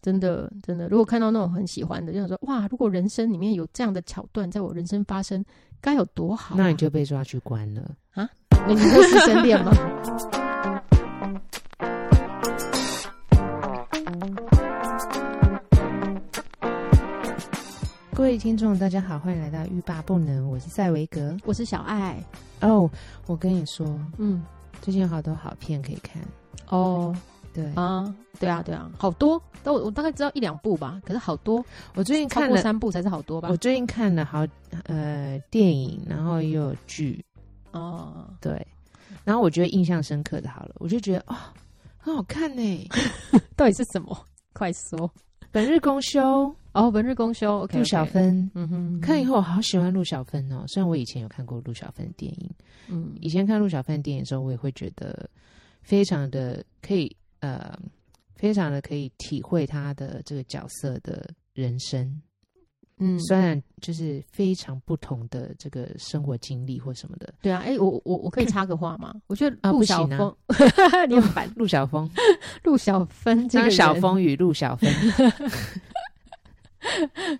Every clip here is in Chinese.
真的真的，如果看到那种很喜欢的，就想说哇，如果人生里面有这样的桥段在我人生发生，该有多好、啊。那你就被抓去关了。你你会师生恋吗？ 各位听众，大家好，欢迎来到欲罢不能，我是赛维格。我是小爱，哦、我跟你说，嗯，最近有好多好片可以看。哦对，啊，对啊对啊，好多，但我我大概知道一两部吧，可是好多，我最近超看过了，三部才是好多吧我？最近看了好呃电影，然后又有剧，哦，对，然后我觉得印象深刻的，好了，我就觉得哦，很好看 呢。到底是什么？快说！本日公休，哦，本日公休，OK，陆小，芬。嗯哼，看以，后，我好喜欢陆小芬哦。虽然我以前有看过陆小芬的电影，嗯以前看陆小芬的电影的时候，我也会觉得非常的可以，呃，非常的可以体会她的这个角色的人生。嗯，虽然就是非常不同的这个生活经历或什么的。对啊，哎，我我我可以插个话吗？我觉得啊陆不小行啊峰， 你很烦，陆小 峰，陆小芬这个张人小峰与陆小 芬，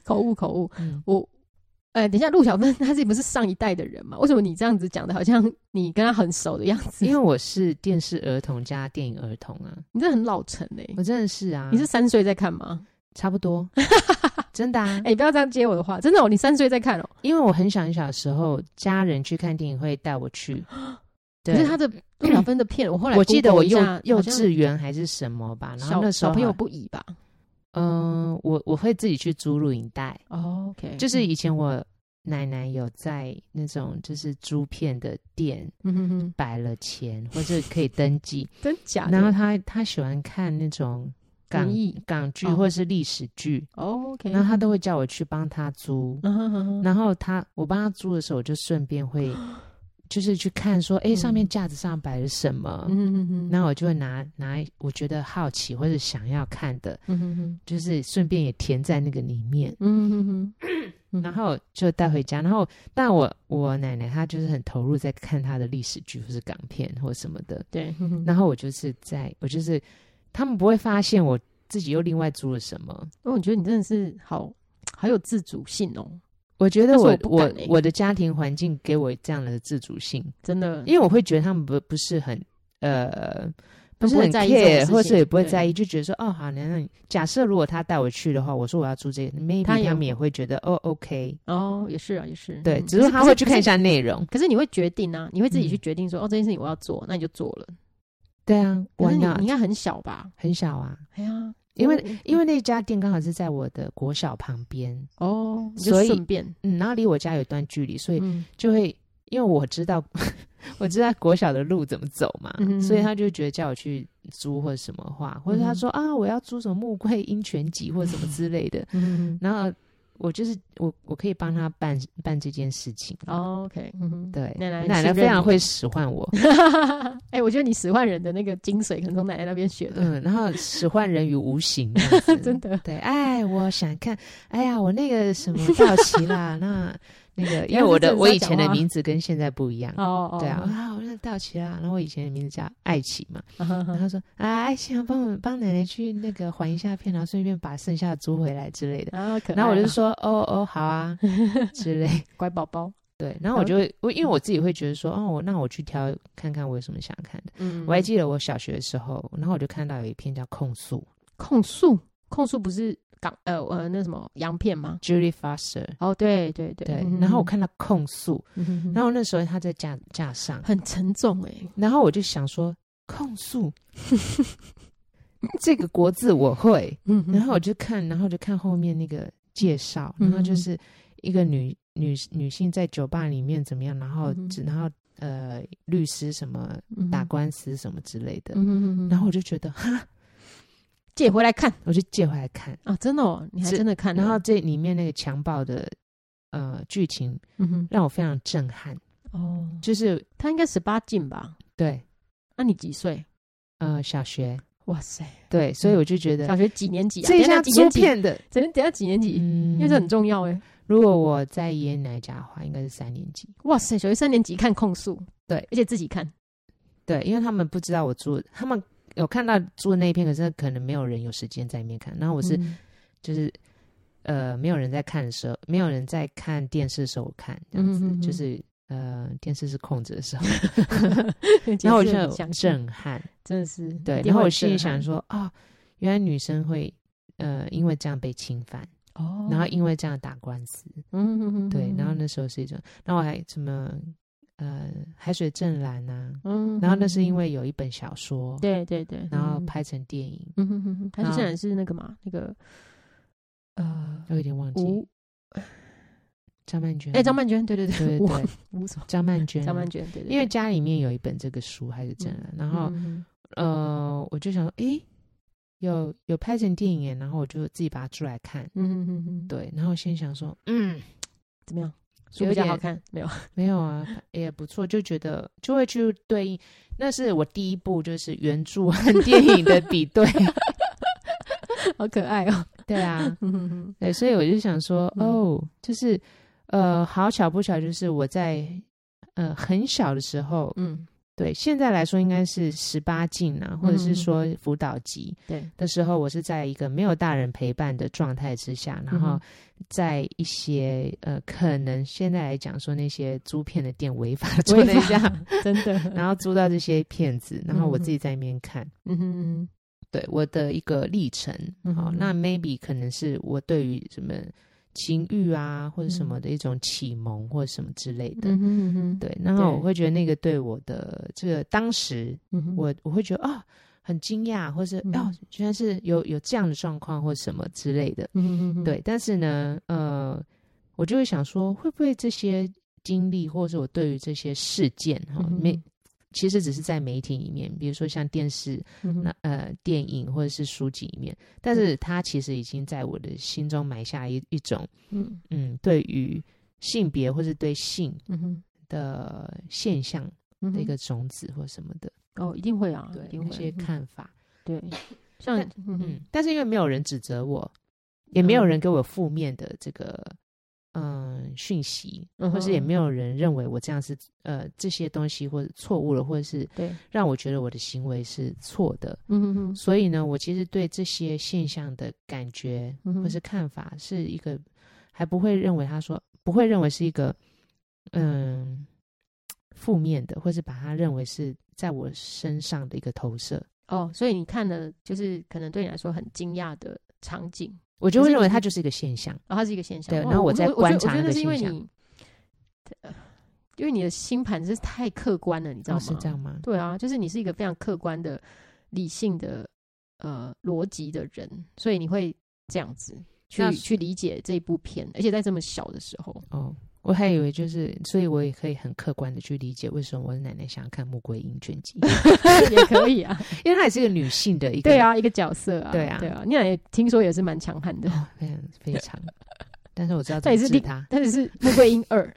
口误口误，嗯我，哎、等一下，陆小芬她自己不是上一代的人吗？为什么你这样子讲的，好像你跟她很熟的样子？因为我是电视儿童加电影儿童啊，你真的很老成哎、我真的是啊，你是三岁在看吗？差 不多，真的啊哎、，你不要这样接我的话，真的哦，你三岁在看哦。因为我很小很小的时候，家人去看电影会带我 去，可对，是她的陆小芬的片，我后来我记得我 Google 一幼下幼好像稚园还是什么吧，然后小那时候小朋友好，不宜吧、嗯、我我会自己去租录影带，哦、？OK，就是以前嗯我奶奶有在那种就是租片的店嗯哼哼，摆了钱，或者可以 登记，真假的？然后她她喜欢看那种港文艺港剧哦或者是历史剧，哦 OK，然后她都会叫我去帮她租，嗯哼哼哼然后他我帮他租的时候，我就顺 便会就是去看说，哎、嗯上面架子上摆了什么。嗯哼哼哼，那我就会拿拿我觉得好奇或者想要看的，嗯哼哼，就是顺便也填在那个里面，嗯哼哼哼，然后就带回家。然后，但我我奶奶她就是很投入在看她的历史剧或是港片或什么的。对，嗯哼哼然后我就是在我就是他们不会发现我自己又另外租了什么。哦我觉得你真的是好好有自主性哦，我觉得但是我我不敢欸我我的家庭环境给我这样的自主性，真的，因为我会觉得他们不不是很呃，他不们是不会很在意这种 care，事情或者也不会对在意，就觉得说哦好，那那你假设如果他带我去的话，我说我要住这个，maybe 他他也们也会觉得哦 OK，哦，也是啊，也是。对，嗯只是他会去看一。下内容。可是可是可是你会决定啊，你会自己去嗯决定说，哦，这件事情我要做，那你就做了。对啊，可我是你那你应该很小吧？很小啊，哎呀，因为为因为那家店刚好是在我的国小旁边，哦，你就所以顺便，嗯，然后离我家有一段距离，所以嗯就会因为我知道 我知道国小的路怎么走嘛，嗯所以他就觉得叫我去租或者什么话，或者他说、啊我要租什么穆桂英全集或者什么之类的，嗯然后我就是我我可以帮他办办这件事情。啊哦，OK，嗯哼，对，奶奶奶奶非常。会使 唤我，信任你 哎，我觉得你使唤人的那个精髓，可能从奶奶那边学的，嗯，然后使唤人于无 形，这样子真的。对，哎，我想看，哎呀，我那个什么到齐啦， 那那个，因为我的你要是真的我以前的讲话名字跟现在不一样，哦哦，对啊，啊，我那到齐啦，然后我以前的名字叫爱琪嘛，啊哈 哈然后说啊，爱琪啊，帮我们帮奶奶去那个还一下片，然后顺便把剩下的租回来之类的，啊，可爱啊然后我就说，哦哦，好啊之类。乖宝宝，对，嗯然后我就会，我因为我自己会觉得说，哦，我那我去挑看看我有什么想看的。嗯我还记得我小学的时候，然后我就看到有一篇叫《控诉控诉，控诉不是港呃呃那什么洋片吗》？ ，Julie Foster，哦，对对对对，嗯然后我，看到《控诉嗯哼哼》，然后那时候他在架架上，很沉重哎，然后我就想说，控诉这个国字我会，嗯哼，然后我就看，然后我就看后面那个介绍，然后就嗯是一个女女女性在酒吧里面怎么样，然后嗯哼然后呃律师什么嗯打官司什么之类的，嗯哼哼然后我就觉得哈，借回来看我就借回来看，啊，真的哦，你还是真的看了，然后这里面那个强暴的呃剧情嗯哼，让我非常震撼，哦，就是他应该十八禁吧？对那你几岁？呃小学哇塞，对，所以我就觉小得学几年级啊？这等家下几年租级？片的，等等下几年级？嗯因为这很重要哎。如果我在爷爷奶奶家的话，应该是三年级，哇塞，小学三年级看控诉，对而且自己看，对，因为他们不知道我住，他们有看到住的那一片，可是可能没有人有时间在里面看。然后我是嗯就是、呃，没有人在看的时候，没有人在看电视的时候我看，这样子、嗯嗯嗯嗯就是呃，电视是空着的时候，然 然后我就很有详细震撼，真的是对一，定然会后我很心里震想撼说啊、原来女生会呃因为这样被侵犯，哦，然后因为这样打官司，嗯嗯嗯对，然后嗯那时候是一种，然后我还什么呃海水正蓝呐、嗯，然后那是嗯因为有一本小说，对对对，然后嗯拍成电影，嗯哼哼哼，他然就后竟然是那个嘛，那个呃我有点忘记吴张曼娟，哎张曼娟，对对嗯对对对，吴对， 吴什么张曼娟啊，张曼娟，嗯对对，因为哦家里面有一本这个书还是正蓝，然然后呃我就想说，诶，有有拍成电影耶，然后我就自己把它出来看，嗯嗯嗯，对，然后心里想说，嗯，怎么样？书有比较好点看没有？没有啊，也不错，就觉得就会去对应，那是我第一部就是原著 和电影的比对， 好可爱哦，对啊，嗯哼哼对，所以我就想说，嗯哦，就是呃，好巧不巧，就是我在呃很小的时候，嗯， 对，现在来说应该是十八禁啊，或者是说辅导级嗯对，的时候，我是在一个没有大人陪伴的状态之下，然后嗯在一些呃，可能现在来讲说那些租片的店违法违做嗯了一下，法嗯真的， 然后租到这些片子，然后我自己在那边看，嗯哼对我的一个历程。嗯好、哼那 maybe 可能是我对于什么情欲啊，或者什么的一种启蒙，或者什么之类嗯的。嗯哼哼，对，然后我对会觉得那个对我的这个当时嗯哼，我我会觉得啊、很惊讶，或是嗯哦，居然是有有这样的状况或什么之类的。嗯哼哼哼，对，但是呢，呃，我就会想说，会不会这些经历，或是我对于这些事件哈、嗯哼媒、其实只是在媒体里面，比如说像电视、嗯哼，那呃电影或者是书籍里面，但是它其实已经在我的心中埋下一一种嗯嗯，对于性别或是对性嗯哼的现象嗯的一哼个种子或什么的，哦，一定会啊，一对定那会些嗯看法。 对，像但嗯哼嗯，但是因为没有人指责我，也没有嗯人给我负面的这个嗯讯息，嗯或是也哼没有人认为我这样是呃这些东西或者错误了，或者是对，让我觉得我的行为是错的。嗯哼哼，所以呢，我其实对这些现象的感觉嗯哼或是看法是一个，还不会认为他说不会认为是一个嗯负面的，或是把它认为是在我身上的一个投射。哦，所以你看的，就是可能对你来说很惊讶的场景，我就可会是认为你它就是一个现象。然后它是一个现象。对哦然后我在我观我觉察得那我觉得那个是因为现象你，呃因为你的星盘真是太客观了，你知道吗？哦是这样吗？对啊，就是你是一个非常客观的、理性的、呃逻辑的人，所以你会这样子去那去理解这部片，而且在这么小的时 候，哦，我还嗯以为就是，所以我也可以很客观的去理解为什么我的奶奶想要看《穆桂英全集》， 也可以啊。因为她也是一个女性的一个对，啊，一个角色啊，对啊对啊。你俩也听说也是蛮强悍的，哦非常非常。但是我知道怎这也么是治另她，但是是《穆桂英二》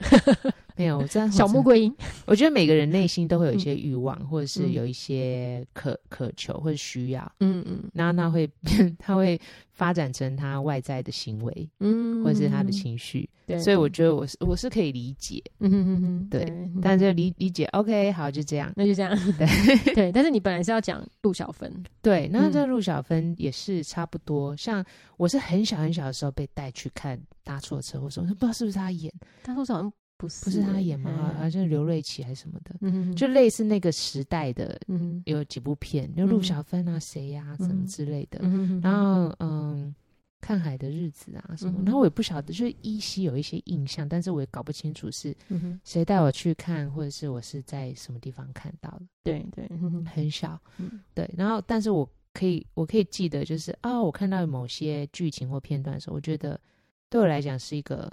没有，我知道小穆穆桂英，我觉得每个人内心都会有一些欲望，或者是嗯有一些渴渴求或者需要，嗯嗯然后他会 变，他会发展成他外在的行为嗯，或者是他的嗯，情绪。对，所以我觉得我是我是可以理解，嗯哼哼哼，对嗯但是理理解 OK 好就这样。那就这样，对 对。但是你本来是要讲陆小芬，对，那嗯这陆小芬也是差不多，像我是很小很小的时候被带去看《搭错车》或什么， 不知道是不是他演，他说好像不是不是他演吗？好吗？像是刘瑞琦还是什么的，嗯，就类似那个时代的嗯有几部片，就陆嗯小芬啊、谁呀、什么嗯之类的。嗯，然后嗯，看海的日子啊什么，嗯然后我也不晓得，就是依稀有一些印象，但是我也搞不清楚是嗯哼谁带我去看，或者是我是在什么地方看到的，对对，嗯很小，嗯对，然后但是我可以我可以记得，就是啊、我看到某些剧情或片段的时候，我觉得对我来讲是一个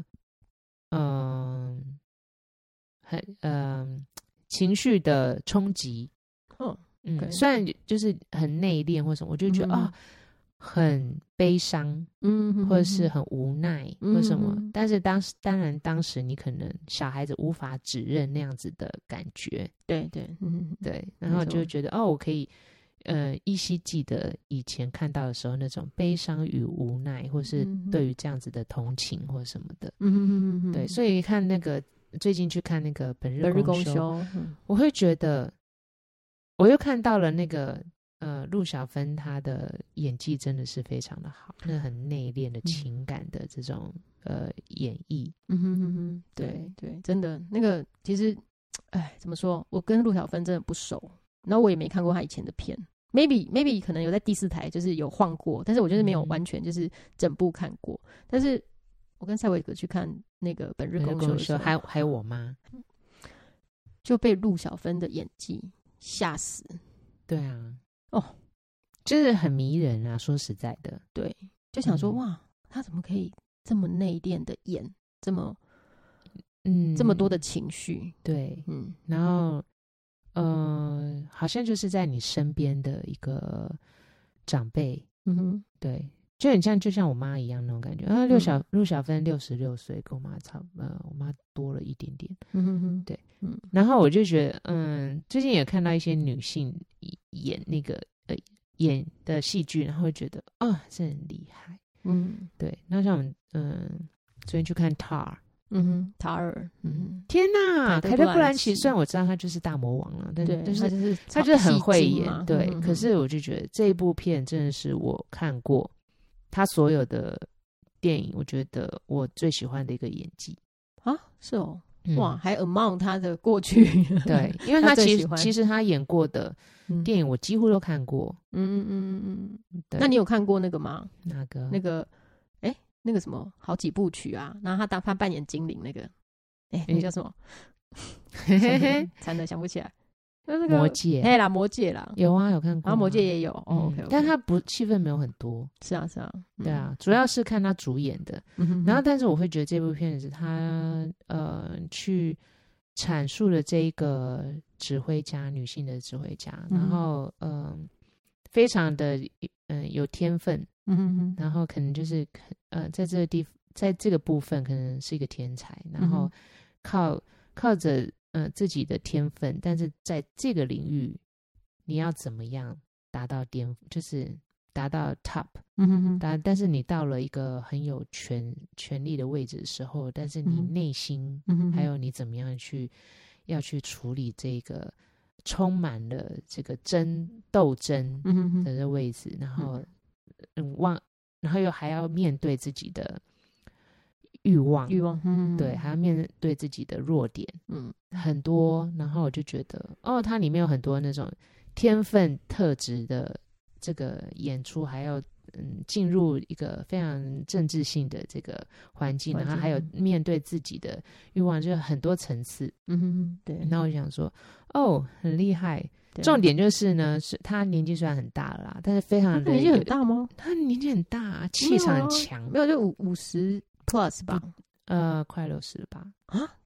嗯，很嗯。情绪的冲击，哦嗯， OK 虽然就是很内敛或什么，我就觉嗯得啊、很悲伤，嗯，或者是很无奈，嗯或什么。嗯但是当时，当然当时你可能小孩子无法指认那样子的感觉，对对，嗯对，没然后错嗯就觉得哦，我可以。呃，依稀记得以前看到的时候，那种悲伤与无奈，或是嗯嗯对于这样子的同情或什么的，嗯嗯对。所以看那个最近去看那个《本以日本日公嗯休》，休，我会觉得，我又看到了那个呃，陆小芬她的演技真的是非常的好，那很内敛的情感的这种、呃演绎，嗯哼哼哼，对对，真的那个其实，哎，怎么说？我跟陆小芬真的不熟，然后我也没看过她以前的片，maybe maybe 可能有在第四台就是有晃过，但是我就是没有嗯完全就是整部看过。但是我跟赛维格去看那个《本日那公个休》的公时休候，嗯还有还有我妈，就被陆小芬的演技吓死。对啊，哦，就是很迷人啊，说实在的，对，就想说、嗯哇，她怎么可以这么内敛的演，这么嗯，这么多的情绪？对，嗯然后呃，好像就是在你身边的一个长辈，嗯哼，对，就很像就像我妈一样那种感觉啊。嗯六小陆小芬六十六岁，跟我妈差不呃，我妈多了一点点。嗯哼哼，对嗯然后我就觉得，嗯，最近也看到一些女性演那个呃演的戏剧，然后会觉得啊，这很厉害。嗯对，那像我们嗯，昨天去看《Tar》，嗯哼，塔尔，嗯哼。天呐，凯凯特特布·布兰兰奇奇，虽然我知道她就是大魔王了，但对，就他是就是她超就是很戏会精演嘛，对。嗯可是我就觉得这部片真的是我看过她所有的电影，我觉得我最喜欢的一个演技。嗯啊，是哦，嗯哇，，还 among 他的过去， 对，因为她她最其喜实欢其实她演过的嗯，电影我几乎都看过。嗯嗯嗯嗯嗯，对那你有看过那个吗？哪个 那个，哎，那个什么，好几部曲啊，然后他当他扮演精灵那个，哎，那诶叫什么？ 个惨的想不起来，那那个魔，戒哎啦，魔戒啦，有啊，有看过啊，然后魔戒也有哦嗯，OK，但他不戏份没有很多，是啊是啊，嗯对，啊，主要是看他主演的。嗯哼然后，哼但是我会觉得这部片子他呃去阐述了这一个指挥家，女性的指挥家，嗯然后嗯、呃非常的嗯、呃有天分，嗯哼哼然后可能就是呃，在这个地，在这个部分可能是一个天才，然嗯后哼靠、靠着呃自己的天分，但是在这个领域，你要怎么样达到巅，就是达到 top，嗯哼哼，但但是你到了一个很有权权力的位置的时候，但是你嗯哼内心、嗯哼哼还有你怎么样去要去处理这个充满了这个争斗争，嗯哼哼的这位置，然后嗯忘，然后又还要面对自己的欲望，欲望，嗯，对，还要面对自己的弱点，嗯很多。然后我就觉得，哦，它里面有很多那种天分特质的这个演出，还有嗯进入一个非常政治性的这个环境，环然后境还有嗯面对自己的欲望，就是很多层次。嗯哼哼，对，那我就想说，哦，很厉害。对重点就是呢，是他年纪虽然很大了啦，但是非他常的年纪有很大吗？他年纪很大、啊，气场很强，没有，就五五十 plus 吧？呃，快六十吧，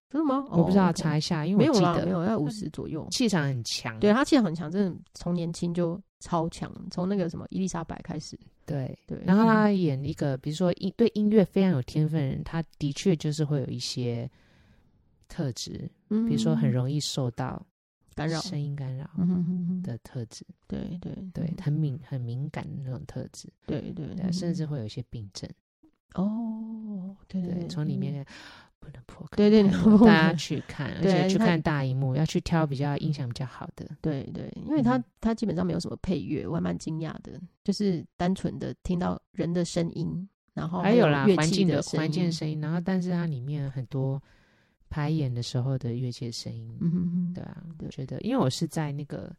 真的吗？我不知道，哦，OK 查一下，因没为有我记啦，没得有，要五十左右。气场很强。对啊他气场很强，真的从年轻就超强，从那个什么伊丽莎白开始。对对，然后他演一个，比如说音对音乐非常有天分的人，他的确就是会有一些特质，嗯，比比如说很容易受到干扰，声音啊干扰嗯哼哼哼，的特质，对对嗯对，很敏很敏感的那种特质，对对对啊，嗯甚至会有一些病症，哦，对对，从里，面哎不能破梗。对 对，你大家去看，而对啊且去他看大荧幕，要去挑比较音响比较好的。对对，因为他嗯他基本上没有什么配乐，我还蛮惊讶的，就是单纯的听到人的声音，然后嗯还哦有有啦，乐环器境的声环境的音，声音，然后但是它里面很多排演的时候的乐器的声音，嗯哼哼，对啊，对我觉得因为我是在那个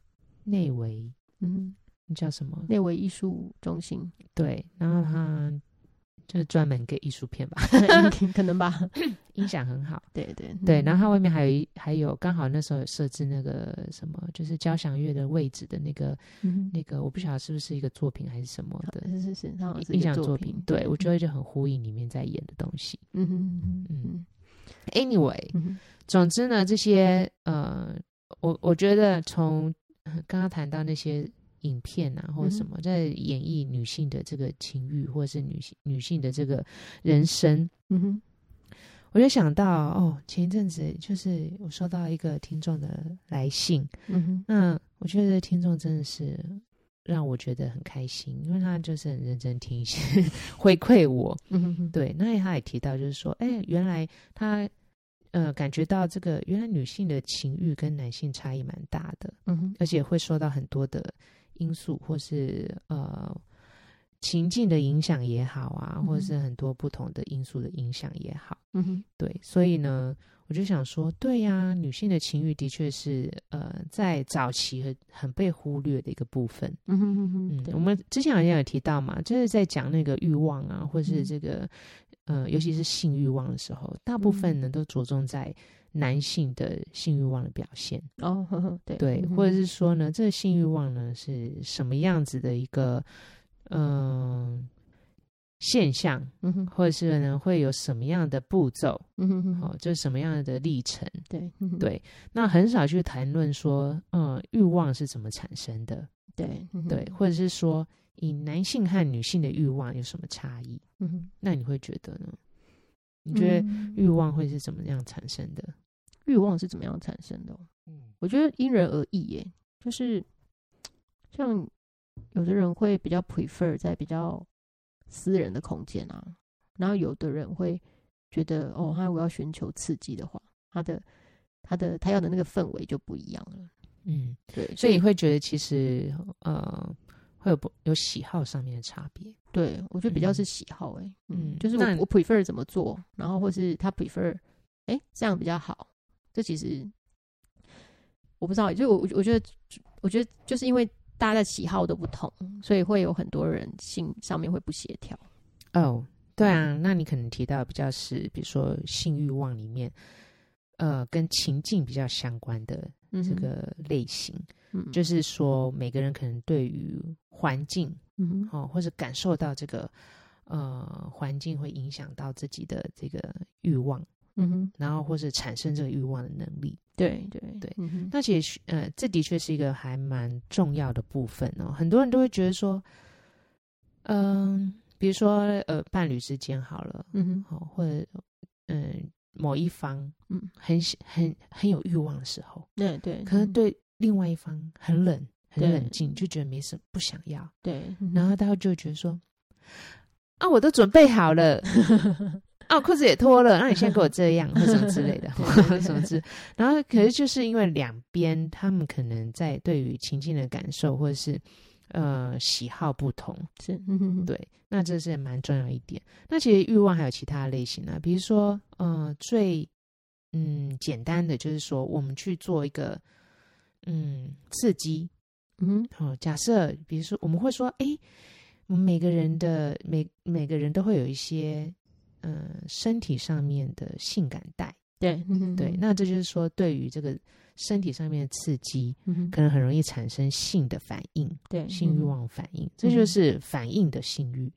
内围，嗯哼，那叫什么？内维艺术中 心，对，然后嗯它就是专门给艺术片吧， 可能吧，音响很好，对对对，嗯然后它外面还有一还有刚好那时候有设置那个什么，就是交响乐的位置的那个嗯那个，我不晓得是不是一个作品还是什么的。是是是，他好像哦是一音个响作品，对我觉得就很呼应里面在演的东西。嗯嗯嗯嗯 Anyway，嗯总之呢，这些呃，我我觉得从呃刚刚谈到那些影片啊，或者什么，在演绎女性的这个情欲，或者是女性女性的这个人生，嗯哼，我就想到哦，前一阵子就是我收到一个听众的来信，嗯哼，那我觉得这听众真的是。让我觉得很开心，因为他就是很认真听一些 回馈我，嗯哼，对，那他也提到，就是说，哎、原来他呃感觉到这个，原来女性的情欲跟男性差异蛮大的，嗯哼，而且会受到很多的因素，或是呃情境的影响也好啊，或者是嗯很多不同的因素的影响也好，嗯哼，对，所以呢，我就想说，对呀、女性的情欲的确是呃在早期很很被忽略的一个部分。嗯哼哼哼，嗯，对我们之前好像有提到嘛，就是在讲那个欲望啊，或是嗯这个、呃，尤其是性欲望的时候，大部分嗯呢都着重在男性的性欲望的表现，哦，呵呵，对对，或者是说呢，这个性欲望呢是什么样子的一个嗯、呃现象，嗯哼或者是呢会有什么样的步骤，嗯哼嗯哼，哦，就是什么样的历程，对嗯哼对，那很少去谈论说，嗯，欲望是怎么产生的，对嗯哼对，或者是说以男性和女性的欲望有什么差异？嗯哼，那你会觉得呢？你觉得嗯欲望会是怎么样产生的？欲望是怎么样产生的哦、嗯我觉得因人而异耶，就是像有的人会比较 prefer 在比较私人的空间啊，然后有的人会觉得哦，他如果要寻求刺激的话，他的他的他要的那个氛围就不一样了。嗯，对，所以你会觉得其实呃会有不有喜好上面的差别？对我觉得比较嗯是喜好哎、嗯嗯，就是我那你我 prefer 怎么做，然后或是他 prefer 哎、这样比较好，这其实我不知道，欸就是我我我觉得我觉得就是因为大家的喜好都不同，所以会有很多人性上面会不协调。哦，对啊，那你可能提到比较是比如说性欲望里面。呃，跟情境比较相关的嗯这哼，个类型，嗯就是说每个人可能对于环境嗯哼哦，或者感受到这个呃环境会影响到自己的这个欲望，嗯哼，然后或是产生这个欲望的能力。对对对嗯哼那其实呃，这的确是一个还蛮重要的部分哦。很多人都会觉得说，嗯、比如说呃，伴侣之间好了，嗯哼哦，或者嗯、某一方嗯很喜很很有欲望的时候，对对，可能嗯对另外一方很冷。很对冷静，就觉得没什么，不想要。对，嗯然后他就会觉得说：“啊，我都准备好了，啊，我裤子也脱了，那你现在给我这样，或什么之类的，什么之。”然后，可是就是因为两边他们可能在对于情境的感受或者是呃喜好不同，是嗯哼对，那这是蛮重要一点。那其实欲望还有其他类型啊，比如说呃最嗯简单的就是说我们去做一个嗯刺激，嗯哼好、哦假设比如说我们会说，哎，我们每个人的每每个人都会有一些呃身体上面的性感带，对嗯哼对，那这就是说对于这个身体上面的刺激，嗯哼可能很容易产生性的反应，对性欲嗯哼望反应，这就是反应的性欲。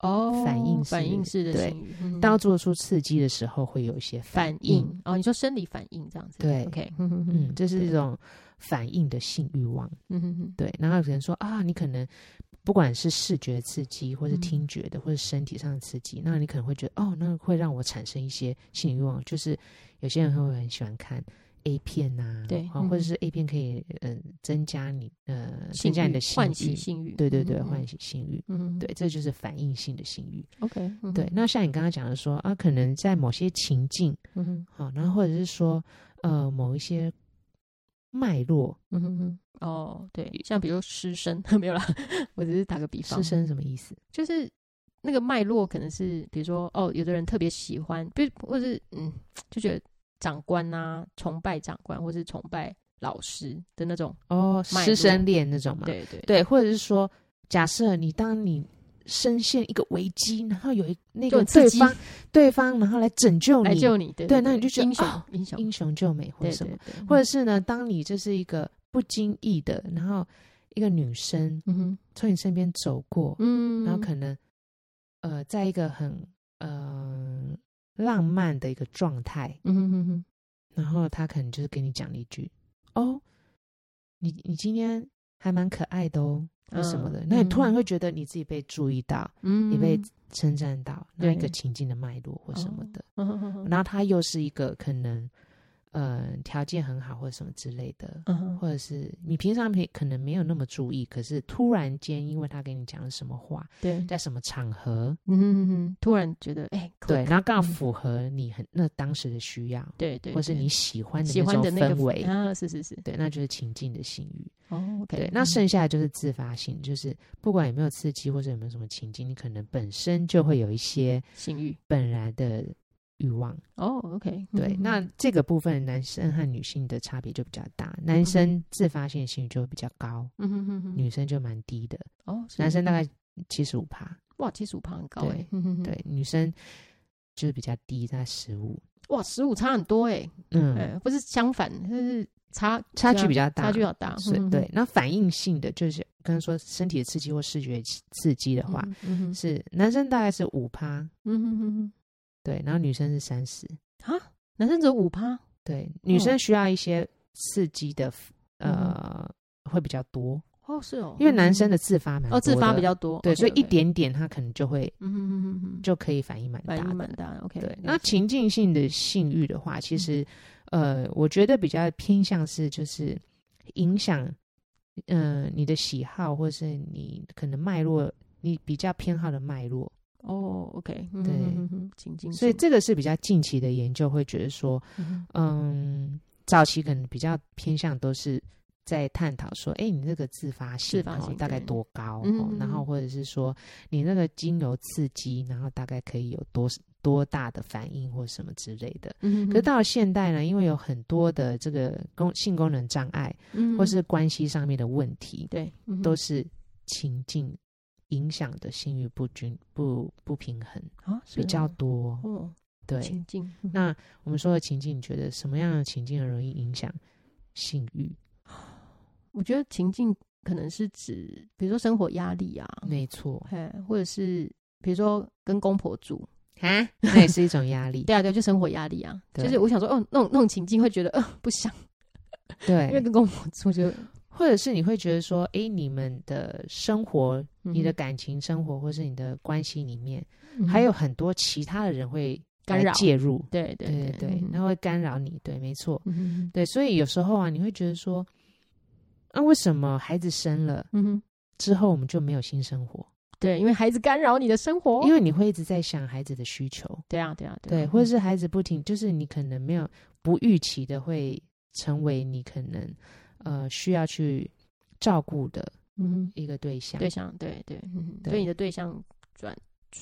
哦，反应反式应式的对性欲，嗯哼当做出刺激的时候，会有一些反应。应哦，你说生理反应这样子，嗯对，OK，嗯哼嗯，这是对一种反应的性欲望，嗯哼哼，对。然后可能说啊，你可能不管是视觉刺激，或是嗯听觉的，或是身体上的刺激，那你可能会觉得哦，那会让我产生一些性欲望。就是有些人会很喜欢看 A 片呐、啊，嗯对啊或嗯者是 A 片可以嗯、呃增加你呃增性加你欲的唤性起欲，性欲，对对对，嗯唤，起性欲，嗯哼，对，这就是反应性的性欲。 ，OK，嗯对，哼，那像你刚刚讲的说啊，可能在某些情境。嗯哼，好，然后或者是说，呃，某一些脉络嗯哼哼，哦，对，像比如失声， 没有啦，我只是打个比方失，声什么意思？就是那个脉络可能是，比如说嗯哦，有的人特别喜欢，比如或是嗯，就觉得长官呐，崇拜长官，或是崇拜老师的那种，哦，脉师络生恋那种嘛？对对啊对，或者是说，假设你当你深陷一个危机，然后有一那就个很刺对激方对方，然后来拯救来你，救你，对对那你就觉得英雄哦英雄，英雄救美或对什对么，对，嗯或者是呢，当你这是一个不经意的，然后一个女生嗯哼，从你身边走过，嗯，然后可能呃，在一个很呃浪漫的一个状态，嗯哼哼哼，然后他可能就是跟你讲了一句：“哦，你你今天还蛮可爱的哦，或什么的。嗯那你突然会觉得你自己被注意到，嗯，你被称赞到那一个对哦情境的脉络或什么的。嗯哼哼哼然后他又是一个可能呃条件很好或者什么之类的，嗯哼，或者是你平常没可能没有那么注意，可是突然间因为他跟你讲了什么话，对，在什么场合，嗯哼哼哼，突然觉得哎，可对，然后刚好嗯符合你很那当时的需要，对对，或是对你喜欢的喜欢种的那个氛围，啊，是是是，对，那就是情境的性欲。哦，OK，对，那嗯剩下的就是自发性，就是不管有没有刺激或者有没有什么情境，你可能本身就会有一些性欲，本来的欲望。哦，OK，嗯对，哼那这个部分男生和女性的差别就比较大，男生自发性性欲就会比较高，嗯哼哼哼，女生就蛮低的，哦，是男生大概七十五趴，哇，七十五趴很高对哎，嗯哼哼，对，女生就是比较低，在十五，哇，十五差很多哎，嗯，哎，不是相反，就是差差距比较大，差距要大，是嗯哼对。那反应性的就是刚刚说身体的刺激或视觉刺激的话，，嗯哼是男生大概是五趴，嗯哼哼哼对，然后嗯女生是三十，哼，啊，男生只有五趴，对，女生需要一些刺激的，呃，会比较多，哦是嗯哦，因为男生的的自发蛮哦自发比多较多，的，对， OK，所以一 OK，点点他可能就会嗯哼哼哼哼，就可以反应蛮大反应的。蛮大的，OK，对，了那解嗯情境性的性欲的话，其实，呃，我觉得比较偏向是就是影响，呃，你的喜好或是你可能脉络，你比较偏好的脉络，哦，OK，嗯对哼哼哼，情境性，所以这个是比较近期的研究会觉得说，嗯哼嗯，早期可能比较偏向都是在探讨说，哎、你这个自发性自发哦性大概对多高、哦嗯嗯然后嗯或者是说你那个精油刺激，然后大概可以有多多大的反应或什么之类的。嗯哼可是到了现代呢，因为有很多的这个功性功能障碍嗯或是关系上面的问题，对，嗯哼都是情境影响的性欲不均不不平衡啊是比较哦多。哦，对，情境，嗯那我们说的情境，你觉得什么样的情境很容易影响性欲？我觉得情境可能是指，比如说生活压力啊，没 错，哎，或者是比如说跟公婆住，啊，那也是一种压力。对啊，对啊，就生活压力啊，对就是我想说，哦，那种那种情境会觉得，呃，不想，因为对，跟公婆住就，或者是你会觉得说，诶，你们的生活、嗯你的哼感情生活，或是你的关系里面，嗯还哼有很多其他的人会干来扰介入。对对嗯对对对对，，那会干扰你。对，没错。嗯哼对，所以有时候啊，你会觉得说，啊，为什么孩子生了嗯哼，之后我们就没有性生活？对，因为孩子干扰你的生活，因为为你会一直在想孩子的需求。对啊对啊啊对，或者是孩子不停，就是你可能没有不预期的会成为你可能呃需要去照顾的嗯哼一个对象。对象对对，嗯哼对对你的对象转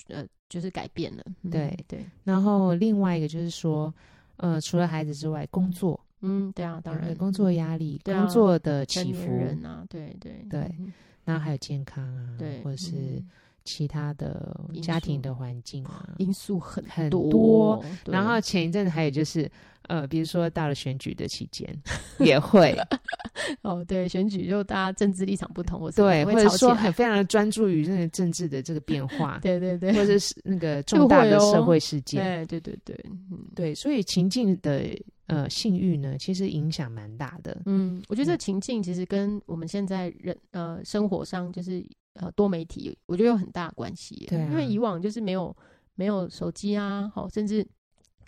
呃就是改变了，嗯对对，然后另外一个就是说，呃，除了孩子之外，工作，嗯对啊，当对然工作压力、对啊工作的成起年伏，人啊，对对对嗯哼然后还有健康啊，对，或者是嗯其他的因家素庭的环境啊。因素很很多多，对然后前一阵子还有就是，呃，比如说到了选举的期间， 也会哦，对，选举就大家政治立场不同，我对，或会吵者起说来，很非常的专注于这个政治的这个变化，对对 对，或者是那个重大的社会事件。哎，对对对，嗯对，所以情境的呃性欲呢，其实影响蛮大的。嗯，我觉得这个情境其实跟我们现在人呃生活上就是呃多媒体，我觉得有很大的关系耶，对啊因为以往就是没有没有手机啊，好，甚至。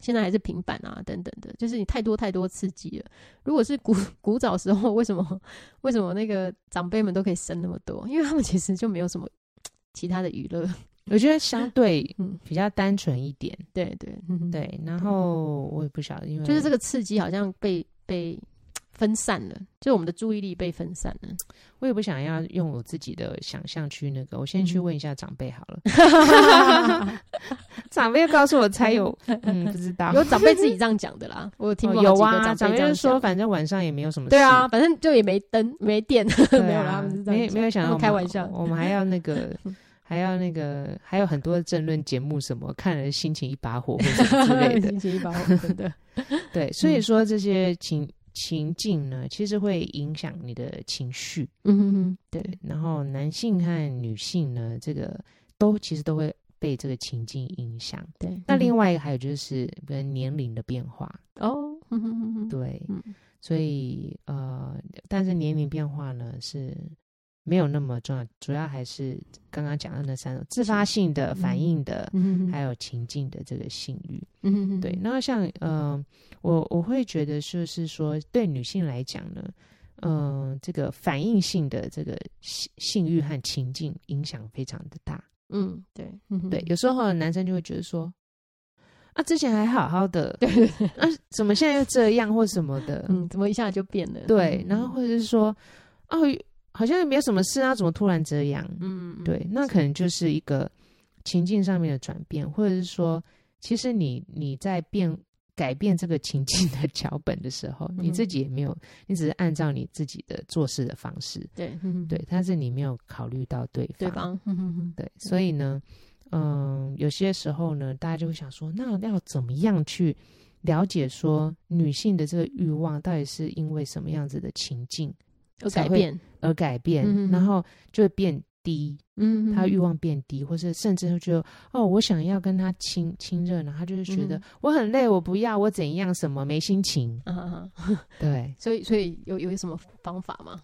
现在还是平板啊，等等的，就是你太多太多刺激了。如果是古 古早时候，为什么为什么那个长辈们都可以生那么多？因为他们其实就没有什么其他的娱乐。我觉得相对嗯比较单纯一点。对对嗯对。对，然后我也不晓得，因为就是这，个刺激好像被被分散了，就是我们的注意力被分散了。我也不想要用我自己的想象去那个。我先去嗯问一下长辈好了， 长辈告诉我才有，嗯，不知道。有长辈自己这样讲的啦，我有听哦过、有啊，长长辈辈这就样是说，讲。反正晚上也没有什么事。对啊，反正就也没灯、没电，对啊，没有啦，他们是这没样没有想他到们我开们玩笑嗯我们还要 那个，还要那个，还有很多的政论节目什么，看了心情一把火或什么之类 的。星期一把火真的，对，所嗯以说这些情情境呢，其实会影响你的情绪。嗯哼哼，对，然后男性和女性呢，这个都其实都会被这个情境影响。对。那另外外一个还有就是跟年龄的变化，哦，嗯哼哼哼对，嗯所以呃，但是年龄变化呢是没有那么重要，主要还是刚刚讲的那三种自发性的、嗯反应的，嗯还有情境的这个性欲。嗯对，那像嗯、呃我我会觉得就是说，对女性来讲呢，嗯、这个反应性的这个性性欲和情境影响非常的大。嗯对嗯对，有时候男生就会觉得说，啊，之前还好好的，对对对啊，怎么现在又这样或什么的，嗯怎么一下就变了对，然后嗯或者是说，哦，好像也没有什么事啊，怎么突然这样？嗯对，那可能就是一个情境上面的转变，或者是说，其实你你在变改变这个情境的脚本的时候，你嗯自己也没有，你只是按照你自己的做事的方式，对对，但是你没有考虑到对方，对方嗯对，所以呢，嗯，有些时候呢，大家就会想说，那要怎么样去了解说女性的这个欲望到底是因为什么样子的情境有才改会变而改变，嗯然后就会变低，嗯她欲望变低，或是甚至会觉得哦，我想要跟她亲亲热，然后她就是觉得、嗯我很累，我不要，我怎样，什么没心情。啊啊啊对，所以所以有有什么方法吗？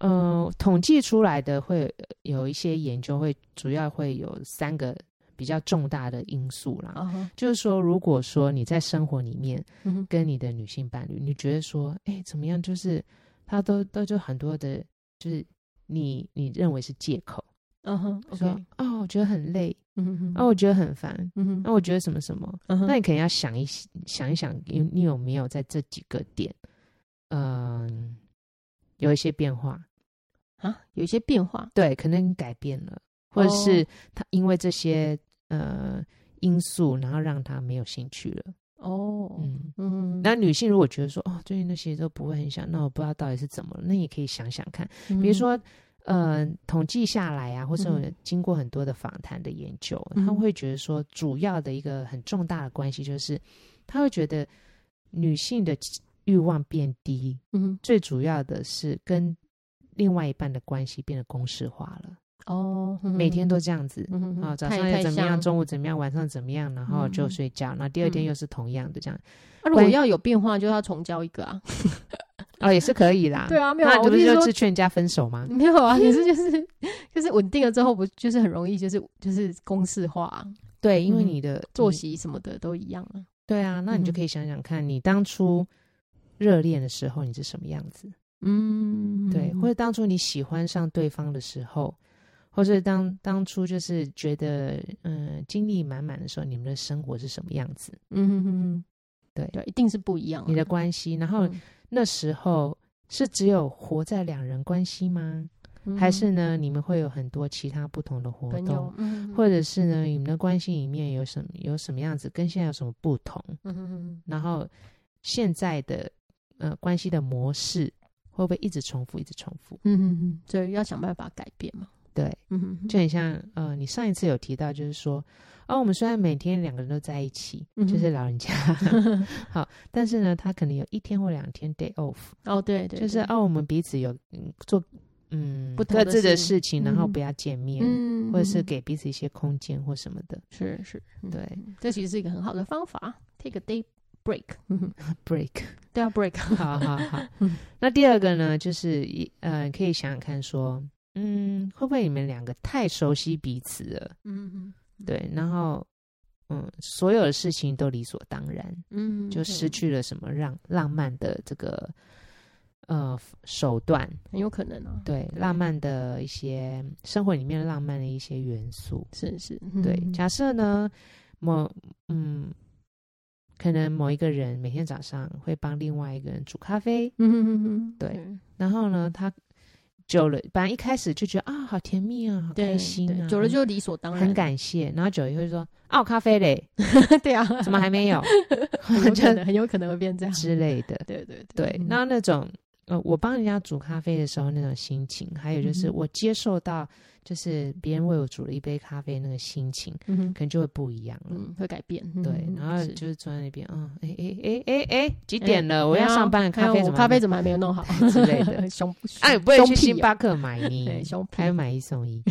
呃，统计出来的会呃有一些研究会主要会有三个比较重大的因素啦。啊就是说，如果说你在生活里面嗯哼跟你的女性伴侣，你觉得说，哎、怎么样？就是她都都就很多的，就是你你认为是借口，嗯哼说哦，我觉得很累，嗯哦，我觉得很烦，哦嗯那、我觉得什么什么，嗯那你可能要想一想一想，你你有没有在这几个点，嗯、有一些变化？啊有一些变化对，可能你改变了，或者哦是他因为这些呃因素，然后让他没有兴趣了，哦嗯。嗯那女性如果觉得说哦，最近那些都不会很想，那我不知道到底是怎么了，那也可以想想看。嗯比如说，呃，统计下来啊，或是嗯经过很多的访谈的研究，嗯他们会觉得说，主要的一个很重大的关系就是，他会觉得女性的欲望变低，嗯最主要的是跟另外一半的关系变得公式化了，哦每天都这样子。嗯哼啊，早太上又太怎么样，像中午怎么样，晚上怎么样，然后就嗯睡觉，然后第二天嗯又是同样的这样，啊如果关要有变化，就要重交一个啊。哦，也是可以啦。 对啊没有啊那我你不的是意思就说是劝人家分手吗？ 没有 啊，可是就是就是稳定了之后，不就是很容易就是就是公式化啊、对，因为嗯你的作你息什么的都一样啊。对啊，那你就嗯可以想想看，你当初热恋的时候你是什么样子？嗯对，或者当初你喜欢上对方的时候，或者当当初就是觉得嗯、呃精力满满的时候，你们的生活是什么样子？嗯嗯，对对，一定是不一样啊、你的关系，然后嗯那时候是只有活在两人关系吗？嗯还是呢，你们会有很多其他不同的活朋动友？，嗯或者是呢，你们的关系里面有什么有什么样子，跟现在有什么不同？嗯嗯然后现在的呃关系的模式会不会一直重复，一直重复？嗯嗯，所以要想办法改变嘛。对，嗯就很像呃，你上一次有提到，就是说，哦，我们虽然每天两个人都在一起，嗯哼就是老 人家好，但是呢，他可能有一天或两天 day off，哦对对，就是对哦，我们彼此有嗯做嗯不同各的自的事事情，然后嗯不要见面，嗯，或者是嗯给彼此一些空间或什么的。是是，嗯对嗯这其实是一个很好的方啊法，take a day break，嗯 哼，break。对啊 break，好好好，那第二个呢，嗯就是一呃，可以想想看，说，嗯，会不会你们两个太熟悉彼此了？嗯对，然后，嗯，所有的事情都理所当然，嗯，就对失，去了什么让浪漫的这个呃手段，很有可能啊，对，浪漫的一些生活里面浪漫的一些元素。是是，对，嗯假设呢，某嗯，可能某一个人每天早上会帮另外一个人煮咖啡。嗯哼哼哼，对然后嗯呢，他久了，本来一开始就觉得啊，好甜蜜啊，好对，开心对啊，久了就嗯理所当然，很感谢。然后久了就会说啊，我咖啡嘞， 对啊， 怎么还没有 很有可就能很有可能会变这样，之类的。对对对，嗯那那种呃，我帮人家煮咖啡的时候那种心情，还有就是嗯哼我接受到就是别人为我煮了一杯咖啡那个心情，嗯哼可能就会不一样了。嗯会改变，对，嗯然后是就是坐在那边，嗯，哎哎哎哎哎，几哎点了？我哎要呦上班了，哎咖呦啡我怎么还咖没啡怎么还没有弄好之类的 凶哎，不会凶去屁星哦巴克买呢 对，凶屁还有买一送一。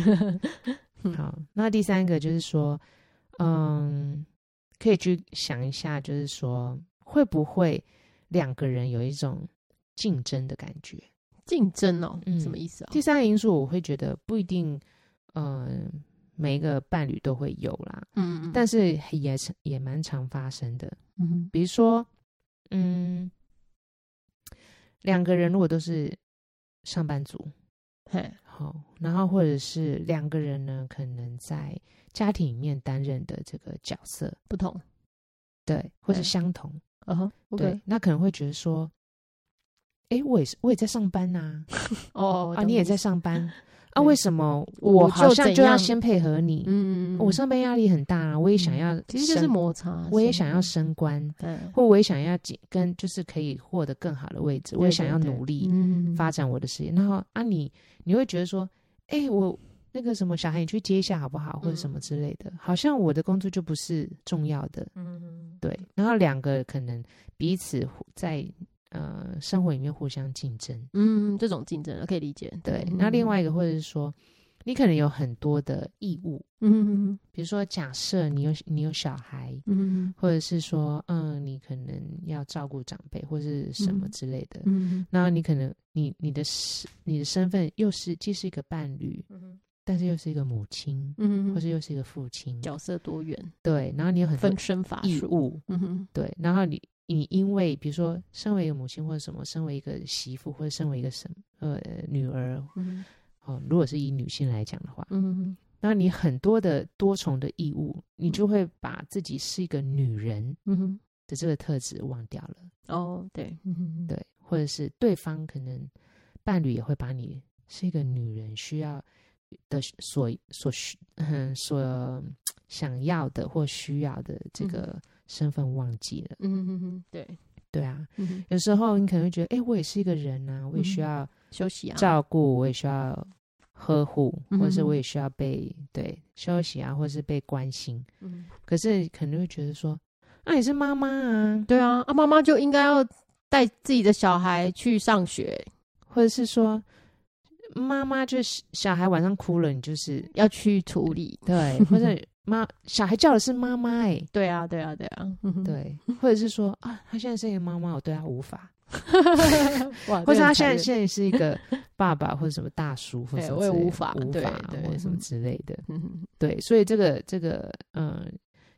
嗯好，那第三个就是说，嗯，可以去想一下，就是说会不会两个人有一种竞争的感觉？竞争哦，嗯什么意思啊、第三个因素，我会觉得不一定，嗯、每一个伴侣都会有啦，嗯，嗯，但是也是也蛮常发生的。嗯哼比如说，嗯，两个人如果都是上班族，嘿，好，然后或者是两个人呢，可能在家庭里面担任的这个角色，不同，对，或是对相同，嗯哼，OK，对，那可能会觉得说，哎，我也是，我也在上班呐、哦，啊，你也在上，上班啊？对为什么我我好就像怎就要样先配合你？嗯，嗯嗯我上班压力很大啊，我也想要升，其实就是摩擦，我也想要升官，嗯，或我也想要紧跟，就是可以获得更好的位置，我也想要努力嗯，发展我的事业。然后啊你，你会觉得说，哎、我那个什么小孩，你去接一下好不好，或者什么之类的，好像我的工作就不是重要的，嗯，对。然后两个可能彼此互在呃生活里面互相竞争，嗯，这种竞争可以理解，对，嗯那另外一个或者是说，你可能有很多的义务，嗯嗯比如说假设你有你有小孩，嗯或者是说，嗯，你可能要照顾长辈或是什么嗯之类的，嗯然后你可能你你的身你的身份又是既是一个伴侣，嗯但是又是一个母亲，嗯，或是又是一个父亲，角色多元，对，然后你有很多分身乏义术，务，嗯哼，对，然后你你因为比如说，身为一个母亲或者什么，身为一个媳妇或者身为一个什么呃女儿，嗯哦，如果是以女性来讲的话，嗯那你很多的多重的义务，你就会把自己是一个女人嗯哼，的这个特质忘掉了，哦，对，嗯，对，或者是对方可能伴侣也会把你是一个女人需要的所所需嗯所想要的或需要的这个身份忘记了，嗯嗯嗯，对，对啊，嗯，有时候你可能会觉得，哎，我也是一个人啊，我也嗯需要休息啊，照顾，我也需要呵护，或者是嗯我也需要被对休息啊，或者是被关心。嗯，可是可能会觉得说，那、你是妈妈啊，对啊，啊，妈妈就应该要带自己的小孩去上学，或者是说，妈妈就是小孩晚上哭了，你就是要去处理， 对，或者妈小孩叫的是妈妈哎、对啊，对啊，对 啊，嗯哼，对，或者是说啊，他现在是一个妈妈，我对他无法，哇，或者这他很残现在忍现在是一 个爸爸或者什么大叔，或者对什么我也之类无的法无对法对或者什么之类的，嗯哼对，所以这个这个呃